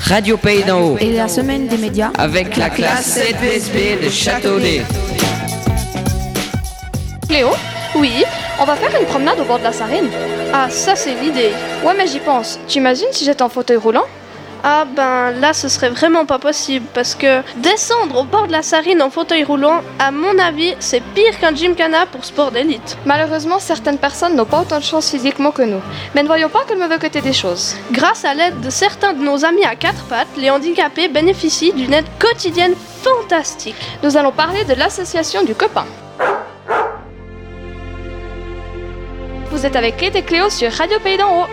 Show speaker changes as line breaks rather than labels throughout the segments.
Radio Pays d'en haut,
et la semaine des médias.
avec la classe 7PSB de Châteaudet.
Cléo Oui On va faire une promenade au bord de la Sarine.
Ah, ça c'est l'idée.
Ouais, mais j'y pense. T'imagines si j'étais en fauteuil roulant
Ah ben là ce serait vraiment pas possible parce que descendre au bord de la Sarine en fauteuil roulant, à mon avis, c'est pire qu'un gymkhana pour sport d'élite.
Malheureusement, certaines personnes n'ont pas autant de chance physiquement que nous. Mais ne voyons pas que le mauvais côté des choses.
Grâce à l'aide de certains de nos amis à quatre pattes, les handicapés bénéficient d'une aide quotidienne fantastique.
Nous allons parler de l'association du copain. Vous êtes avec Kate et Cléo sur Radio Pays d'en haut.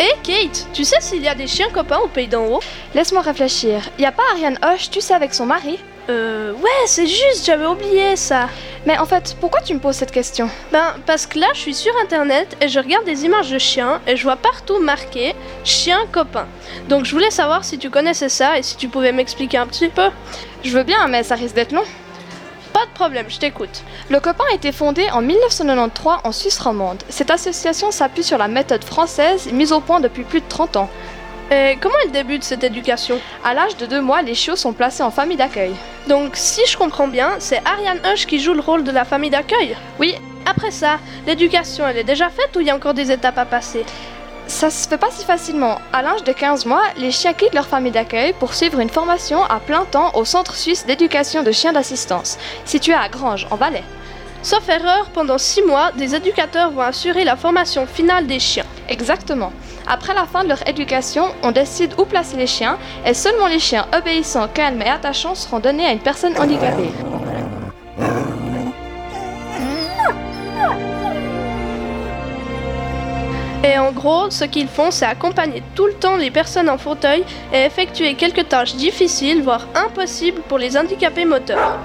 Hé Eh, Kate, tu sais s'il y a des chiens copains au pays d'en haut
Laisse-moi réfléchir. Y a pas Ariane Hoche, tu sais, avec son mari
Euh ouais, c'est juste, j'avais oublié ça.
Mais en fait, pourquoi tu me poses cette question
Ben parce que là je suis sur internet et je regarde des images de chiens et je vois partout marqué chien copain. Donc je voulais savoir si tu connaissais ça et si tu pouvais m'expliquer un petit peu.
Je veux bien, mais ça risque d'être long.
Pas de problème, je t'écoute.
Le copain a été fondé en 1993 en Suisse romande. Cette association s'appuie sur la méthode française mise au point depuis plus de 30 ans.
Et comment elle débute cette éducation
À l'âge de deux mois, les chiots sont placés en famille d'accueil.
Donc si je comprends bien, c'est Ariane Hush qui joue le rôle de la famille d'accueil.
Oui.
Après ça, l'éducation elle est déjà faite ou il y a encore des étapes à passer
Ça se fait pas si facilement. À l'âge de 15 mois, les chiens quittent leur famille d'accueil pour suivre une formation à plein temps au Centre suisse d'éducation de chiens d'assistance, situé à Granges, en Valais.
Sauf erreur, pendant 6 mois, des éducateurs vont assurer la formation finale des chiens.
Exactement. Après la fin de leur éducation, on décide où placer les chiens et seulement les chiens obéissants, calmes et attachants seront donnés à une personne handicapée.
Et en gros, ce qu'ils font, c'est accompagner tout le temps les personnes en fauteuil et effectuer quelques tâches difficiles, voire impossibles pour les handicapés moteurs.